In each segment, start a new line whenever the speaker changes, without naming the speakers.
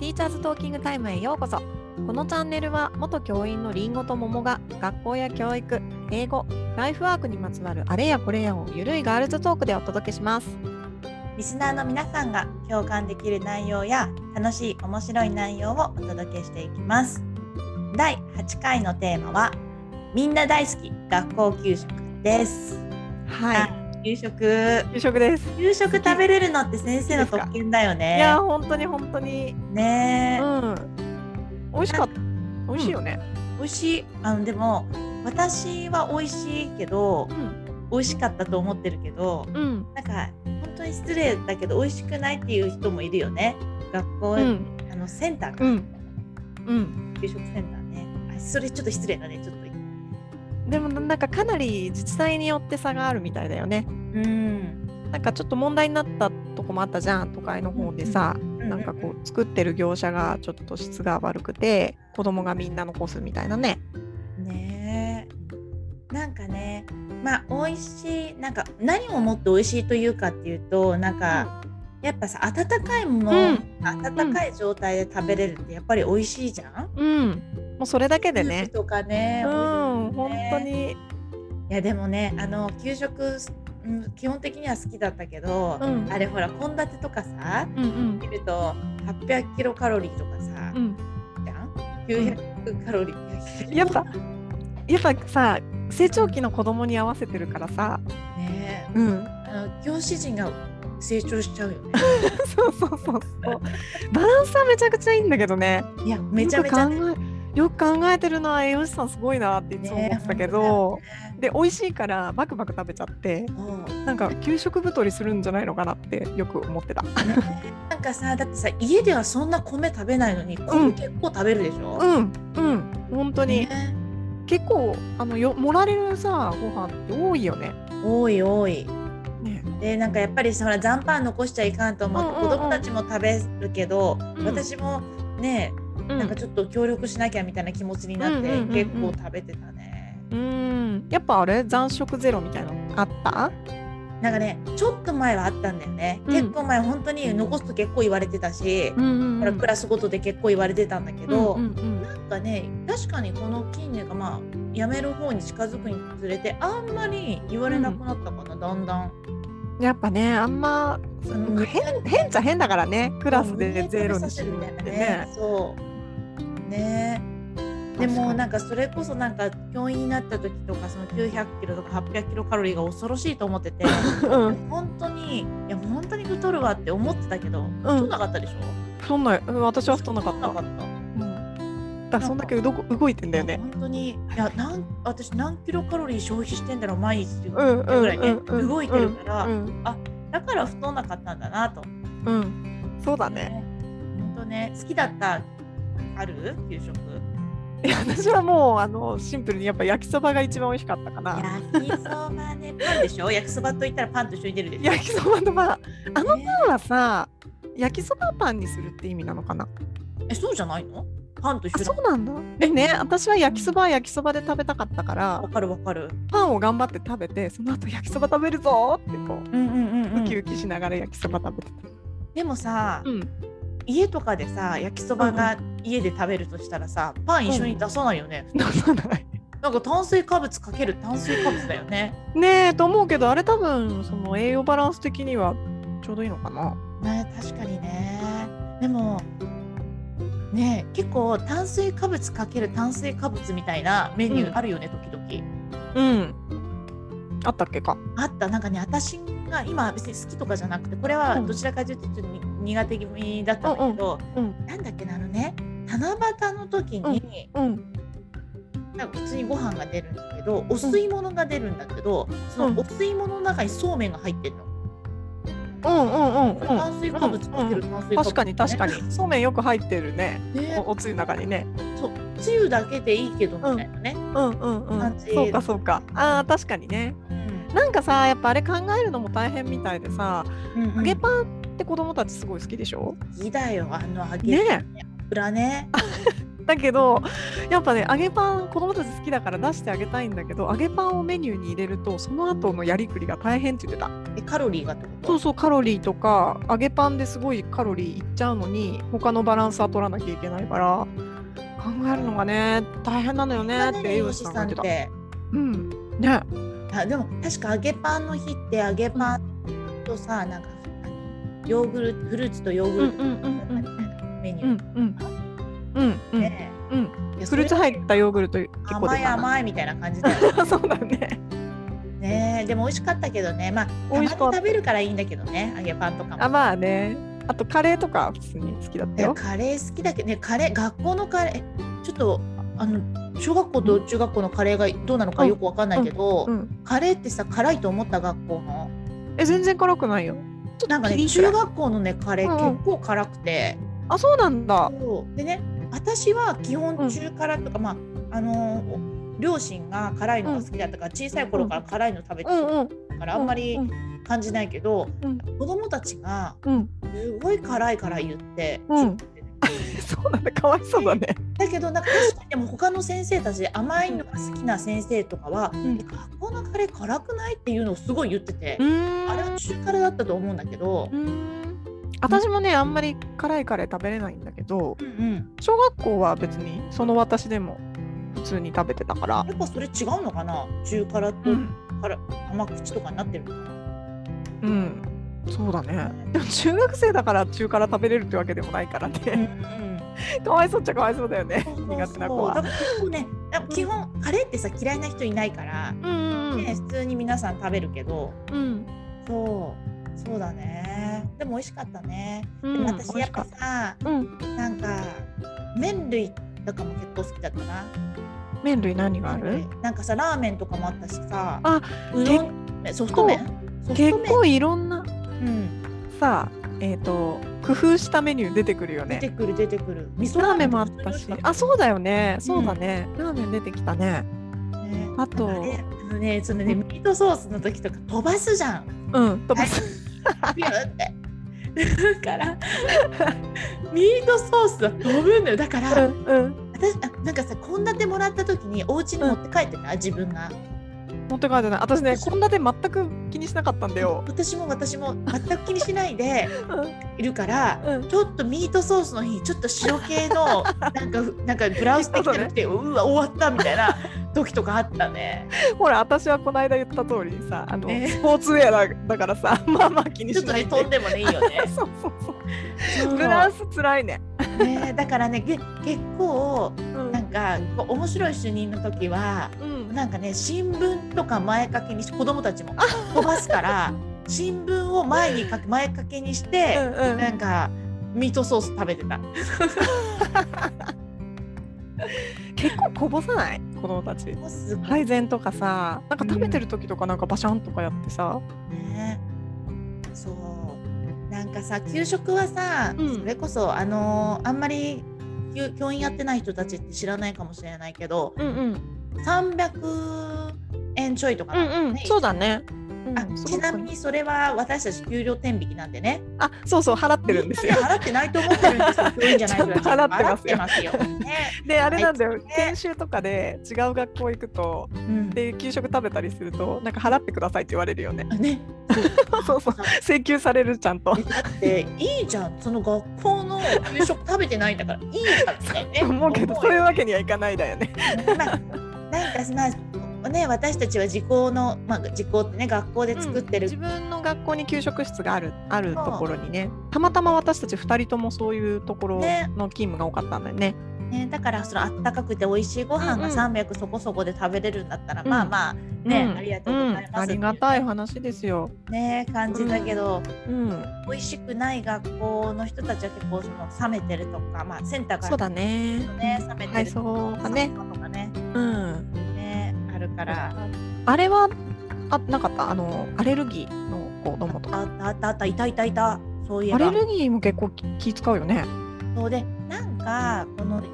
チャーズトーキングタイムへようこそこのチャンネルは元教員のりんごと桃が学校や教育英語ライフワークにまつわるあれやこれやをゆるいガールズトークでお届けします
リスナーの皆さんが共感できる内容や楽しい面白い内容をお届けしていきます第8回のテーマはみんな大好き学校給食です
はい
給食
い給食です
給食食べれるのって先生の特権だよ
いや
ね
ー本当に本当に
ねえ、
うん美味しかった美味しいよね
美味しいあのでも私は美味しいけど
うん
美味しかったと思ってるけど
うん
なんか本当に失礼だけど美味しくないっていう人もいるよね学校、
うん
あのセンターか
う
ら、
んうん
給食センターねあそれちょっと失礼だねちょっと
でもなんかかなり自治体によって差があるみたいだよね
うん
なんかちょっと問題になったとこもあったじゃん都会の方でさ、なんかこう作ってる業者がちょっと質が悪くて子供がみんな残すみたいなね。
うねえなんかねまあ美味しいなんか何をもって美味しいというかっていうとなんか、やっぱさ温かいもの、
うん
温かい状態で食べれるってやっぱり美味しいじゃん、
うん、もうそれだけで
スー
ね
プ。とかね
う、ん、本当
い
に。
やでもねあの給食うん基本的には好きだったけど、
うん
あれほら献立とかさ
うんうん
見ると800キロカロリーとかさ、
うん。
じゃん900カロリー
やっぱやっぱさ成長期の子供に合わせてるからさ。
ねえ
うん。
あの教師陣が成長しちゃうよね
そうそうそうそう。バランスはめちゃくちゃいいんだけどね。
いやめちゃめちゃね
よく考えよく考えてるな栄養士さんすごいなっていつも思ってたけど、で美味しいからバクバク食べちゃって
本当だよね
なんか給食太りするんじゃないのかなってよく思ってた。
うんなんかさだってさ家ではそんな米食べないのに
う
米
ん
結構食べるでしょ、
う
本
んうん本当
当
に、結構あのよ盛られるさご飯って多いよね。
多い多い
ね
でなんかやっぱりさほら残飯残しちゃいかんと思って、
うんうんうん
子供たちも食べるけど、
うん
私もね
う
なんか
ん
ちょっと協力しなきゃみたいな気持ちになって、
うんうんうんうん
結構食べてたね
うんやっぱあれ残食ゼロみたいなのあった？
なんかねちょっと前はあったんだよね、
うん
結構前本当に残すと結構言われてたし、
うんうん
ほらクラスごとで結構言われてたんだけど、
うんうん
なんかね確かにこの近年がまあやめる方に近づくにつれてあんまり言われなくなったかな、だんだん。
うんやっぱねあんま
そ
なんか変変じゃ変だからねク
ク
ラスでゼロにし
るみたいなね。
ね
そうねで
確か
も
に
なんかそれこそなんか教員になった時とかその900キロとか800キロカロリーが恐ろしいと思って て
うん
本当にいや本当に太るわって思ってたけど太んなかったでしょ
太んないうん私は太んなかった。
太んなかった
うんだからそんだけどこ動いてんだよね。
本当にいやなん私何キロカロリー消費してんだろう毎日っていう
うんうんうんうん
ぐらいね動いてるから、
うん
だから太んなかったんだなと。
うんそうだね。
本当ね好きだったある給食。
いや私はもうあのシンプルにやっぱ焼きそばが一番美味しかったかな。
焼きそばねパンでしょ焼きそばと言ったらパンと一緒に出るでしょ。
焼きそばのまああの
ね
パンはさ焼きそばパンにするって意味なのかな
えそうじゃないのパンと一
あ
緒
そ
だ
うなんだでね私は焼きそばは焼きそばで食べたかったから
わかるわかる。
パンを頑張って食べてその後焼きそば食べるぞってこ
うんうんうん、
うウキウキしながら焼きそば食べてた、
でもさ、
うん、
家とかでさ焼きそばが家で食べるとしたらさパン一緒に出さないよね。
そうだね
なんか炭水化物かける炭水化物だよね。
ねえと思うけどあれ多分その栄養バランス的にはちょうどいいのかな
ね確かにねでもね結構炭水化物かける炭水化物みたいなメニュ
う
ー
ん
あるよね、時々
うんあったっけか
あったなんかね私が今別に好きとかじゃなくてこれは
うん
どちらかというとちょっとに苦手気味だったんだけど、
うんうん
なんだっけなあのね七夕の時に、
うん
なんか普通にご飯が出るんだけどお吸い物が出るんだけど、そのお吸い物の中にそうめんが入ってるの、
うんうんうんうん
炭水化物かける炭水化物、ね
確かに確かにそうめんよく入ってるね
ね
おおつゆの中にね
そうつゆだけでいいけどみたいなね、
うんうんう
感
ん
じ
そうかそうかあー確かにねなんかさやっぱあれ考えるのも大変みたいでさ
揚
揚げパンって子供たちすごい好きでしょ
好きだよあの揚げ
ね
油ね
だけどやっぱね揚げパン子供たち好きだから出してあげたいんだけど揚げパンをメニューに入れるとその後のやりくりが大変って言ってた
えカロリーがってこ
そう
と
そうカロリーとか揚げパンですごいカロリーいっちゃうのに他のバランスは取らなきゃいけないから考えるのがね大変なのよねって栄養士さんが言ってた。
て
うんね
あでも確か揚げパンの日って揚げパンとさ、なんかあのヨーグルトフルーツとヨーグルト
うんうんうんうん
のメニュ
う
ー
んうんうんうん、
で、
うん
いや
フルーツ入ったヨーグルト結
それ
構
甘
出
い
たな
甘いみたいな感じだよ
そうだね
ねでも美味しかったけどねまあ
美
たま
味
に
しかった
食べるからいいんだけどね揚げパンとかも
あまあねあとカレーとか普通に好きだった
いや
よ
カレー好きだけどねカレー学校のカレーえちょっとあの小学校と中学校のカレーがどうなのかよくわかんないけど、
うん
カレーってさ辛いと思った学校の
え全然辛くないよ
なんか
ピ
ね
リ辛
中学校のねカレー結構辛くて、
あそうなんだ
そうでね私は基
うん
本中辛とか、まああのー両親が辛いのが好きだったから、小さい頃から辛いの食べて
うん
た
うん
から、あんまり
うん
感じないけど、
うん
子供たちが
うん
すごい辛いから言って、
うん
ちょっとね
そうなんだかわいそうだね
だけどなんか確かにでも他の先生たち甘いのが好きな先生とかは、
ん
学校のカレー辛くないっていうのをすごい言ってて、
ん
あれは中辛だったと思うんだけど、
うん私もねあんまり辛いカレー食べれないんだけど
うんうん、
小学校は別にその私でも普通に食べてたから、
やっぱそれ違うのかな中辛と辛、甘口とかになってるのかな
うん、そうだね。でも中学生だから中から食べれるってわけでもないから
うんう
ね。
ん
かわいそうっちゃかわいそうだよね。
そうそうそう
苦手な子は
だから結構ね、なんか基本カレーってさ嫌いな人いないから、ね
うんうん
普通に皆さん食べるけど、
うん。
そうそうだね。でも美味しかったね。
う
で
ん
も私やっぱさ、
うん。
なんか麺類とかも結構好きだったな。
麺類何がある？
なんかさラーメンとかもあったしさ、
あ
うどんえソフト麺？ソフ
結
ト麺。
構いろんな
うん。
さえっ、と工夫したメニュー出てくるよ
出て
ね。
くる出てくる。味噌
ラーメンもあったし、あそうだよね、そうだね、ラーメン出てきたね。
ね
あと
なんかねあのねそのねミートソースの時とか飛ばすじゃん。
うん、飛ばす。
ビューって。だからミートソースは飛ぶんだよだから
うんうん。
私あなんかさ献立もらった時にお家に持って帰ってた自分が
持って帰ってない。私ね、献立全く気にしなかったんだよ。
私も私も全く気にしないで
う
いるから
んうん。
ちょっとミートソースの日ちょっと塩系 のなんかなんかブラウスできてなくてうわ終わったみたいな時とかあったね
ほら、私はこの間言った通りにさ、あの、
ね
スポーツウェアだだからさ、まあまあ気に
ちょ
し
っと
ない
ね
で
飛んでもねいいよね
そうそうそう。
そう
フランスつらいね。
ねだからねげ結構
うん
なんかこう面白い主任の時は
うん。
なんかね新聞とか前掛けにし子供たちも飛ばす から新聞を前にかけ前掛けにして、
うん
なんかミートソース食べてた
結構こぼさない子供たち。
もうすごい
配膳とかさ、なんか食べてる時とかなんかバシャンとかやってさ。
ねそうなんかさ給食はさ、
うん
それこそあのーあんまり教教員やってない人たちって知らないかもしれないけど
うんうん。
300円ちょいとか
う
なんの
うん。
ね
そうだね。
あ
うん
ち
す
なみ。
ごく
にそれは私たち給料天引きなんでね
あ、そうそう、払ってるん
みん
で
な
す
ね
よ。
払ってないと思ってるんですよ。いいんじゃないぐらい
ちゃんと払ってます
よ。払ってますよね、
で、あれなんだよ、
ね
研修とかで違う学校行くと、
うん
で、給食食べたりすると、なんか払ってくださいって言われるよね。
ね、
そうそう、請求されるちゃんと。
だっていいじゃん。その学校の給食食べてないんだからいいじゃんってね。
思うけど、
思
そういう
よ
わけにはいかないだよね。
まあなんかまあね私たちは時効のまあ時効ってね学校で作ってる。
自分の学校に給食室があるあるところにねたまたま私たち2人ともそういうところ
ね
の勤務が多かったんだよね
ねだからそのあったかくて美味しいご飯
うんう
が
ん
300そこそこで食べれるんだったら、
うん
まあまあね、ありがとうござい
ん
ます
あ
ってい
り
う
がたい話ですよ
ね感じだけど、
うん
美味しくない学校の人たちは結構その冷めてるとかまあセンターから
そうだね
ね冷めて
配
るとか
送がね
とかね
うん
ねあるから
あれはあなかったあのアレルギーの子供とか
あったあったあったいたいたいたそういえ
ア
ば
レルギーも結構き気使うよね
そうでなんかこのい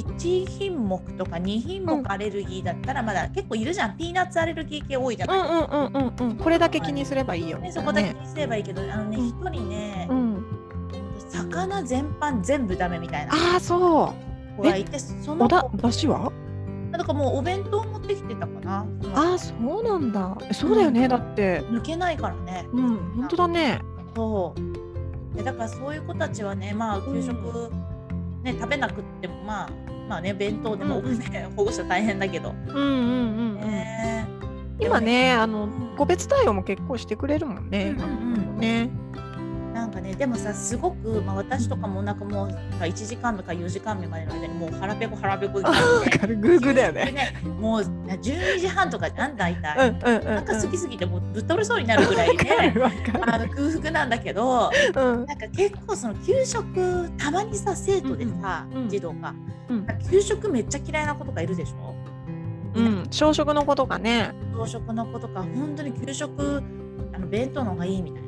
1品目とか2品
う
目
ん
アレルギーだったらまだ結構いるじゃんピーナッツアレルギー系多いじゃ
う
ない、
んうんうんうんうんこれだけ気にすればいいよ
ね、
みた
そ
い
こ
な
だけ
ね
気にすればいいけどあのね
うん
一人ね
う、ん
魚全般全部ダメみたいな
ああそう
子がいてその
お
子
だ出汁は
だからもうお弁当持ってきてたかなその子
ああそうなんだえそうだよね、
うん
だって
抜けないからね
うん本当だね
そうでだからそういう子たちはねまあ
うん
給食、ね食べなくってもまあまあね弁当でも、
うんうん
ね 保護者大変だけど、
うんうんうん、うん
ね
今ねあの
ん
個別対応も結構してくれるもんね、
うんうんう ん
ね
なんかねでもさすごく、まあ、私とかもお腹もう1時間目か4時間目までの間にもう腹ペコ腹ペコになって
かるグーグーだよ
で
ね
ねもう12時半とかなんだいたい、
うんうんうんうん
なんか好きすぎてもうぶっ倒れそうになるぐらい
わか
ね
るわか
あの空腹なんだけど
るうん
なんか結構その給食たまにさ生徒でさ、
うんうん
児童が、
うん
なんか給食めっちゃ嫌いな子とかいるでしょ
うん朝食のことがね
朝食の子とか本当に給食あの弁当の方がいいみたい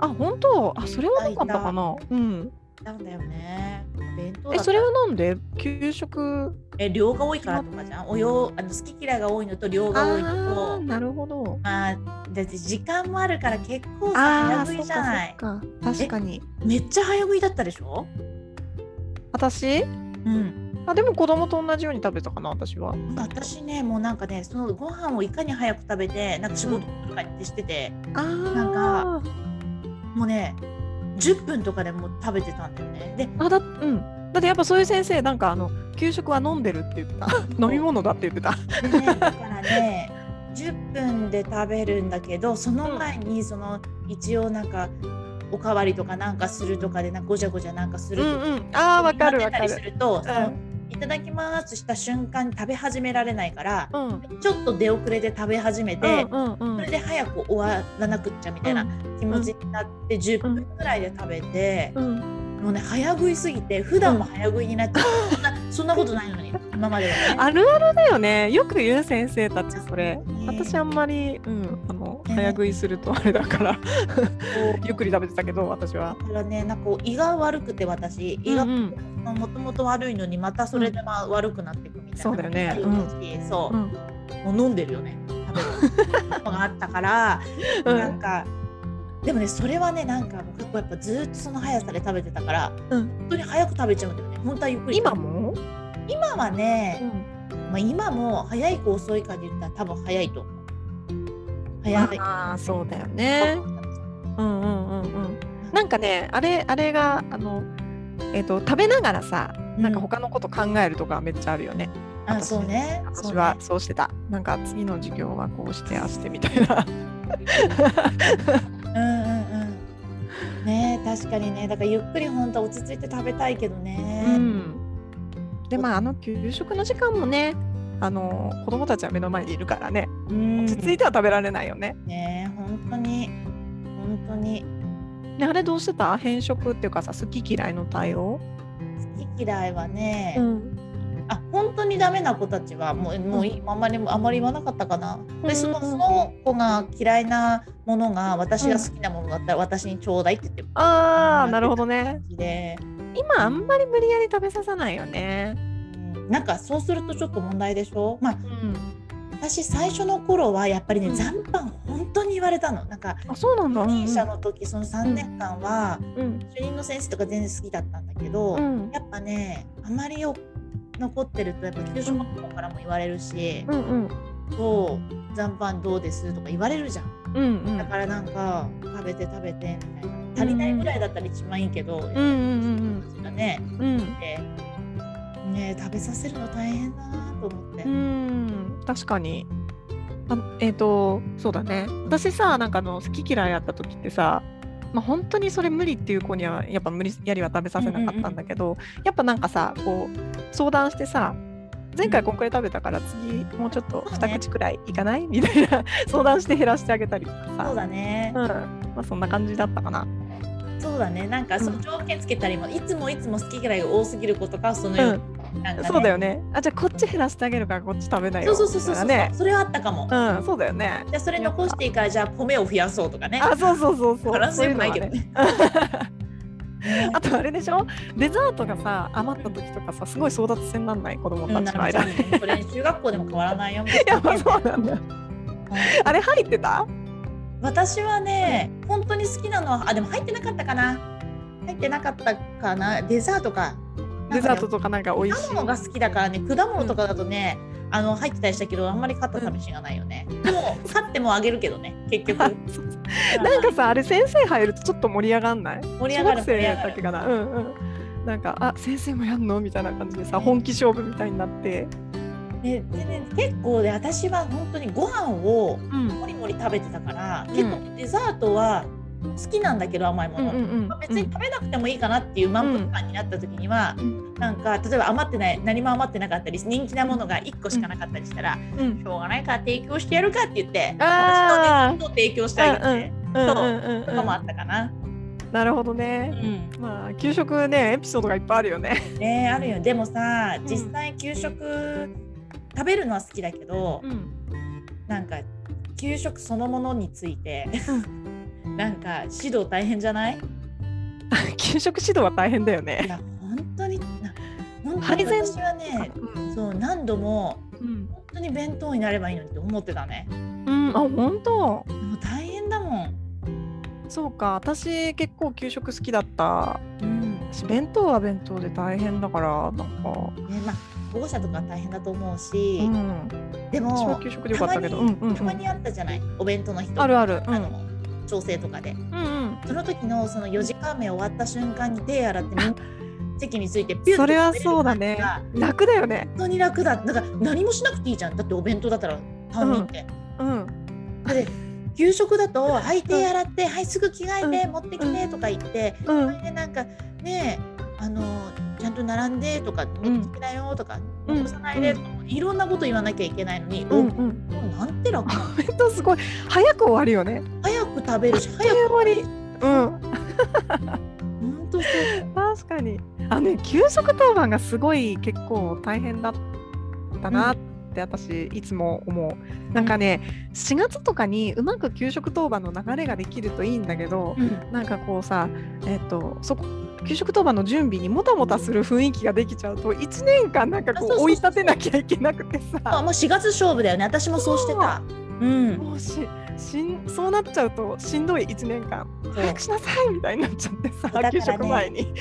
あ本当あそれはなかったかなうん
ななんだよね弁当だった
え
ら
それはなんで給食
え量が多いからとかじゃんおよあの好き嫌いが多いのと量が多い
あー
のと
なるほど
まあだって時間もあるから結構さ
あー
早食
そ
い
っ
じゃない
かそっか確かに
めっちゃ早食いだったでしょ
私
うん
あでも子供と同じように食べたかな私は
私ねもうなんかねそのご飯をいかに早く食べてなんか仕事とかにってしてて、
あー
なんもうね10分とかでもう食べてたんだよねで
あだうんだってやっぱそういう先生なんかあの給食は飲んでるって言っ てた飲み物だって言ってた
でねだから ね10分で食べるんだけどその前にその一応なんかおかわりとかなんかするとかでなんかごちゃごちゃなんかするとか、
んあーわかる
待っ
わか
てたり
る
すると、
ん
そのいただきますした瞬間に食べ始められないから、
うんうん
ちょっと出遅れで食べ始めて、
うんうん
それで早く終わらなくっちゃみたいな気持ちになって10分ぐらいで食べて、
うん
もうね早食いすぎて普段も早食いになっちゃう、そんなそんなことないのに今まではね。
あるあるだよねよく言う先生たちそれ
ね
私あんまり、うん、あの
ね
早食いするとあれだから
こう
ゆっくり食べてたけど私は。
だからねなんかこう胃が悪くて私胃がもともと悪いのにまたそれでまあ悪くなっていくみたいな
そうだよね
あるしそう、
うん
もう飲んでるよね食べるのがあったから、
うん
なんかでもねそれはねなんかもう結構やっぱずっとその速さで食べてたから、
うん
本当に早く食べちゃうんだよね本当はゆっくり
今も、
今はね、まあ、今も早いか遅いかで言ったら多分早いと思う早い
ああそうだよね。うんうんうんうん。なんかねあれあれがあのえっ、と食べながらさなんか他のこと考えるとかめっちゃあるよね。
あそうねそ
私
うね
はそうしてた。なんか次の授業はこうしてああしてみたいな。
うんうんうん。ねえ確かにねだからゆっくり本当は落ち着いて食べたいけどね。
うん、でまああの給食の時間もねあの子供たちは目の前にいるからね
うん
落ち着いては食べられないよね。
ねえ本当に本当に
ねあれどうしてた偏食っていうかさ好き嫌いの対応、
好き嫌いはね、
ん、
あ本当にダメな子たちはもうもういあんまりあまり言わなかったかな。でそのその子が嫌いなものが私が好きなものだったら私にちょうだいって言っても
ああなるほどね
感じで、
今あんまり無理やり食べさせないよね。
うんなんかそうするとちょっと問題でしょ。まあ
うん、
私最初の頃はやっぱりね、
うん
残飯本当に言われたのなんか。
あそうなんだ。
初任者
う
の時その3年間は
ん
主任の先生とか全然好きだったんだけど、
うん
やっぱねあまりよ残ってるとやっぱ給食の方からも言われるし
うんうん
「どう残飯どうです?」とか言われるじゃん
うんうんうん
だからなんか食べて食べてみたいな足りないぐらいだったら一番いいけど、
うんうん
それがね
うん
でね食べさせるの大変だなと思って、
うん確かに。あえっ、とそうだね私さなんかあの好き嫌いあった時ってさ、まあ、本当にそれ無理っていう子にはやっぱ無理やりは食べさせなかったんだけど、やっぱなんかさこう相談してさ前回こんくらい食べたから次もうちょっと
そうね
2口くらいいかないみたいな相談して減らしてあげたりとかさ
そうだね、
うんまあ、そんな感じだったかな。
そうだねなんかその条件つけたりもいつもいつも好き嫌いが多すぎる子とかはそのように、なんかね
そうだよね。あじゃあこっち減らしてあげるからこっち食べない
そ
よ。
うそうそうそうそう、
みたいなね。
それはあったかも。
うん、そうだよね。
じゃあそれ残していいからじゃあ米を増やそうとかね。
あ、そうそうそうそう。
バランス
そうい
良
う
く
の
な
はい
けど
ね。
ね。
あとあれでしょデザートがさ余った時とかさすごい争奪戦になんない子供
うん、な
た
ん
ち
か
の
もう
間 に。い
それ中学校でも変わらないよ。
やまあそうなんだ。あれ入ってた？
私はね、本当に好きなのはあでも入ってなかったかな。入ってなかったかなデザートか。
デザートとかなんか美味し
果
い。
物が好きだからね果物とかだとね、あの入ってたりしたけどあんまり買った試しがないよね、でも買ってもあげるけどね結局
なんかさあれ先生入るとちょっと盛り上がんない
盛り上がる
小学
盛り上
生
が
だっ
る
けかなうんうんなんかあ先生もやんのみたいな感じでさ本気勝負みたいになって
ででね結構で私は本当にご飯を
うん
もりもり食べてたから、
うん
結構デザートは好きなんだけど甘いも
うん
の、
うんうん
まあ別に食べなくてもいいかなっていう満腹感になった時には、
うん
なんか例えば余ってない何も余ってなかったり人気なものが1個しかなかったりしたら、
うんうん
しょうがないから提供してやるかって言って
あー
私のデザートを提供してあげて、
うん
そう
うんうん
とかもあったかな。
なるほどね
うん
まあ給食ねエピソードがいっぱいあるよね
ねあるよでもさ
ん
実際給食食べるのは好きだけど、
ん
なんか給食そのものについて なんか指導大変じゃない
給食指導は大変だよ
い
ね
や本当にな本当に
配膳
私はねそう何度も
うん
本当に弁当になればいいのにって思ってたね
うんあ本当
でも大変だもん、
そうか私結構給食好きだった
うんね
し弁当は弁当で大変だからなんか
まあ、保護者とか大変だと思うし、
うん
で
私は
も
給食でよかったけど
たまに,、
うんうんうん
たまにあったじゃないお弁当の人
あるあるうん
あの調整とかで
うん
その時のその4時間目終わった瞬間に手洗ってみん な席についてピュッて
それはそうだね
食
う
べれる感
ん楽だよね
じが本当に楽だなんか何もしなくていいじゃんだってお弁当だったら担任って、
うん
で給食だと「はい手洗ってはいすぐ着替えて持ってきて」とか言って
うん
それでなんかねあのちゃんと並んでとか持ってきなよとか
うん
残さないでとかいろんなこと言わなきゃいけないのに、
うん
お
うん、
なんて楽
お弁当すごい早く終わるよね。
早く食べるし
あっとい
早
う
く
間に。うん、
本当そう
確かに。あのね、給食当番がすごい結構大変だったなって私いつも思う。なんかね、4月とかにうまく給食当番の流れができるといいんだけど、なんかこうさ、えっ、とそこ給食当番の準備にもたもたする雰囲気ができちゃうと1年間なんかこ
あそうそう
う
そう
追い立てなきゃいけなくてさ。
あもう4月勝負だよね私もそうしてたうん
もうししんそうなっちゃうとしんどい1年間早くしなさいみたいになっちゃってさ、
だからね
給食前に。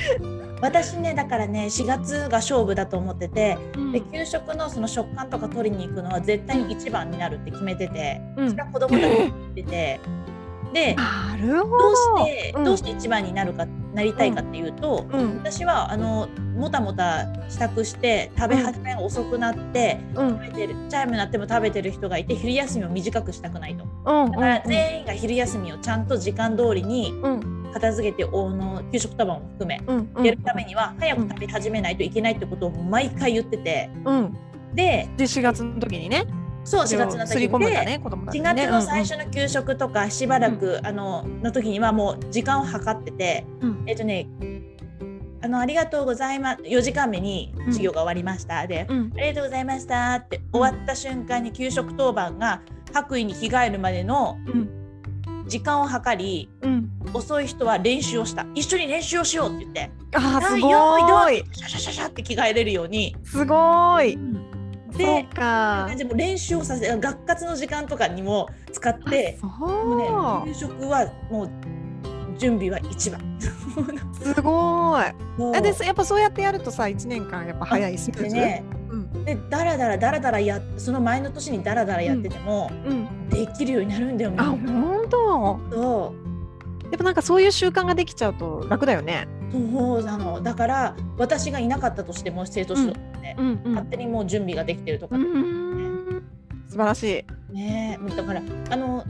私ねだからね4月が勝負だと思ってて
うん
で給食のその食感とか取りに行くのは絶対に一番になるって決めてて、
うん
それは子供たちに言ってて、で
なるほ
どう
ど。
して、
ん
どうして一番になるかなりたいかっていうと、
うん
私はあのもたもた支度して食べ始めが遅くなって、
うんうん
食べてるチャイム鳴っても食べてる人がいて昼休みを短くしたくないと
うん
だから全員が昼休みをちゃんと時間通りに
うん
片付けておの給食束も含め
うんうん
やるためには早く食べ始めないといけないってことを毎回言ってて
うん
で
で4月の時にね
そう4月の
す
時
り込むんだ
で
ね子供たち
4
にね
月の最初の給食とかしばらく、あのの時にはもう時間を計ってて、
うん
えっとねあのありがとうございます4時間目に授業が終わりました、で
うん
ありがとうございましたって終わった瞬間に給食当番が白衣に着替えるまでの
うん
時間を計り
うん
遅い人は練習をした一緒に練習をしようって言って
あー
は
す
い
ご
よ
ー
い
い
どんシャシャシャシャって着替えれるように
すごーいそう
で
か
でも練習をさせて学活の時間とかにも使っても
そうう
ね、給食はもう準備は一番。
すごーい
もう
えでやっぱそうやってやるとさ1年間やっぱ早いスムー
で
ズ
ね、
うん
でだらだらだらだらやその前の年にだらだらやってても、
うん
できるようになるんだよみん
あ
な
本当
そう
やっぱなんかそういう習慣ができちゃうと楽だよね。
そうなのだから私がいなかったとしても生徒指導ね、
うんう
勝手にもう準備ができてるとか、
ん。素晴らしい。
ねえだからあの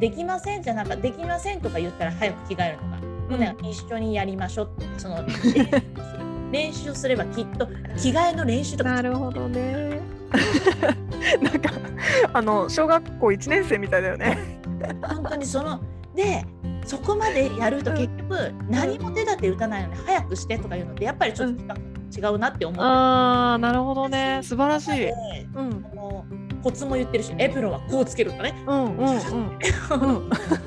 できませんじゃなんかできませんとか言ったら早く着替えるのが、もうね一緒にやりましょうってその練習 をする練習をすればきっと着替えの練習とか
なるほどね。 なんかあの小学校一年生みたいだよね。
本当にそのでそこまでやると結局何も手立て打たないのに早くしてとか言うのってやっぱりちょっと違うなって思う。
ああなるほどね。素晴らしい。
で
うん
あのコツも言ってるしエプロンはこうつけるとかね
うん うんうん。
って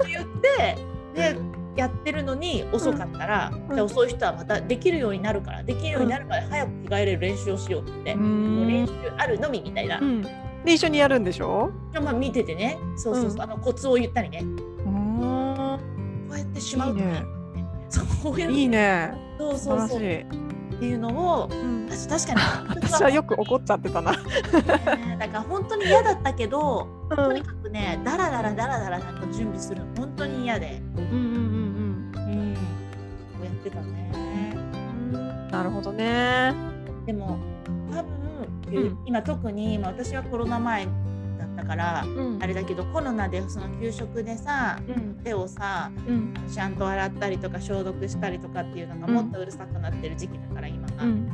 言ってでやってるのに遅かったら、
うん
じゃあ遅い人はまたできるようになるからできるようになるまで早く着替えれる練習をしようって言って、
うん
練習あるのみみたいな、
うん。で一緒にやるんでしょ。
まあ、見ててねそうそうそう、
うん
あのコツを言ったりね
うん。
こうやってしまう
いいね
そうやって
いいね。
そ
素
う
晴
そう
ら
そう
しい。
っていうのを
うん
私確か に
私はよく怒っちゃってたな。
ねだから本当に嫌だったけど、
うん
とにかくねダラダラダラダラなんか準備するの本当に嫌で、
うんうん
うん、こうやってたね
うん。なるほどね。
でも多分、
うん
今特に、まあ、私はコロナ前だったから
うん
あれだけどコロナでその給食でさ
うん
手をさ
うん
ちゃんと洗ったりとか消毒したりとかっていうのがもっとうるさくなってる時期だから今が、
うん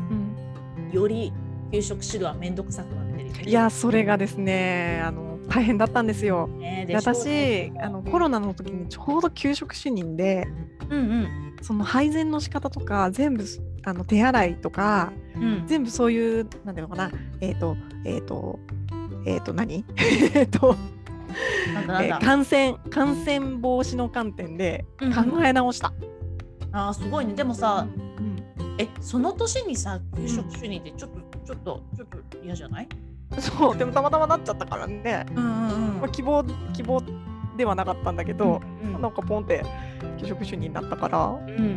より給食指導は面倒くさくなってるよね、
うん。いやそれがですねあの大変だったんですよ。
ね
で
でしょう
私あのコロナの時にちょうど給食主任で
うん
その配膳の仕方とか全部あの手洗いとか
うんうん
全部そういうなんていうのかなえっ、とえっ、とえっ、と何 えっと、
なんだ
え
なんだ
ー感染感染防止の観点で
うん
考え直した。
あーすごいねでもさ
うん
えその年にさ給食主任ってちょっとちょっとちょっと嫌じゃない
そうでもたまたまなっちゃったからね、
うんうん
まあ、希望希望ではなかったんだけど、
うん
なんかポンって給食主任になったから
うん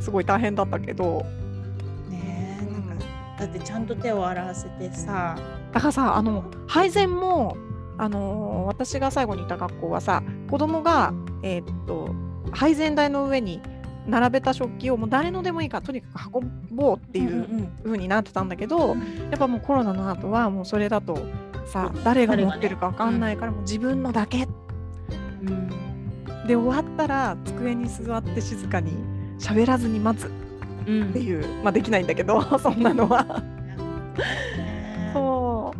すごい大変だったけど
ねえ
うん
なんかだってちゃんと手を洗わせてさ
だからさあの配膳も、あのー私が最後にいた学校はさ子供がえーっと配膳台の上に並べた食器をもう誰のでもいいからとにかく運ぼうってい
ん
う
うん
風になってたんだけど、やっぱもうコロナの後はもうそれだとさ誰が持ってるか分かんないからもう自分のだけ
うんうん
で終わったら机に座って静かに喋らずに待つっ
うん
ていう、まあ、できないんだけど そんなのは。
ね
そ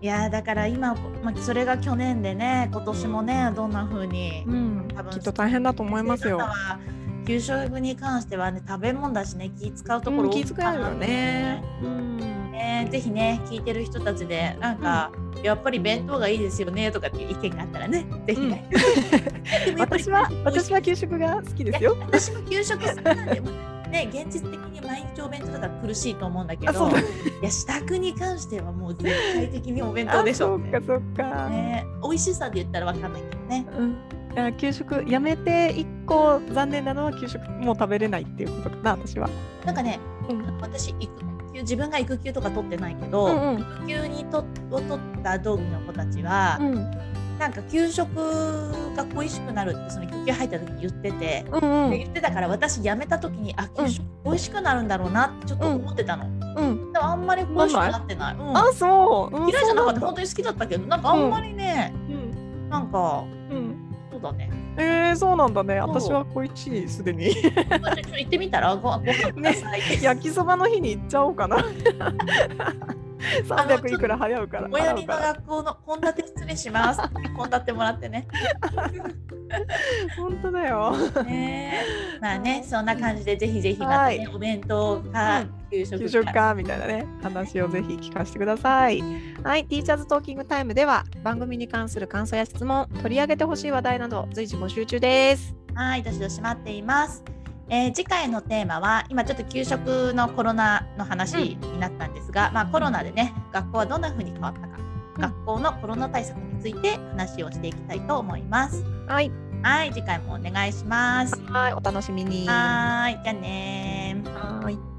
いやーだから今、まあ、それが去年でね今年もねどんな風に
う、うん
多、分
きっと大変だと思いますよ
先生。方は給食に関してはね食べ物だしね気使うとこ
う
ろ
ん、
多
気
い
遣
かな
うよね。うん
ねぜひね聞いてる人たちでなんか、やっぱり弁当がいいですよねとかっていう意見があったらねぜひね、 でもやっぱり
私は私は給食が好きですよ。
私も給食好きなんでまあね現実的に毎日お弁当だから苦しいと思うんだけ
あ、そ
ど
うだ。
いや支度に関してはもう絶対的にお弁当
あ
でし
そ
ょ
う
って
か、そうか。
ね美味しさで言ったらわかんないけどね
うん。いや給食やめて一個残念なのは給食もう食べれないっていうことかな私は。
なんかね、
うん
私育休自分が育休とか取ってないけ
う
ど、
んうん
育休にとを取った同期の子たちは、
うん
なんか給食が恋しくなるってその育休入った時に言ってて、
うんう
で
ん
言ってたから私辞めた時にあ給食恋しくなるんだろうなってちょっと思ってたの、
うん。
でもあんまり恋しくなってない、うん
あ、そう。うん
嫌いじゃなかった
そう
本当に好きだったけどなんかあんまりね、
ん
なんか
だうん。うん
そうだね
えー、そうなんだね。
そう
私はこいちすでに
まあちょっと行ってみたらごご飯くださいって、
焼きそばの日に行っちゃおうか な。
あのちょっと
300いくら早うから。
最寄
払う
りの
から
学校の献立失礼します献立もらってね
本当だ よ。
ねえまあねそんな感じでぜひぜひまたね、
はい
お弁当か
うん
給食か,、
給食かみたいなね話をぜひ聞かせてください。はい、ティーチャーズトーキングタイムでは番組に関する感想や質問、取り上げてほしい話題など随時募集中です。
はいどしどし待っています、えー次回のテーマは今ちょっと給食のコロナの話になったんですが、まあコロナでね学校はどんな風に変わったか、学校のコロナ対策について話をしていきたいと思います
はい、
はい次回もお願いします
はい、お楽しみに。
はーいじゃあねー
はい。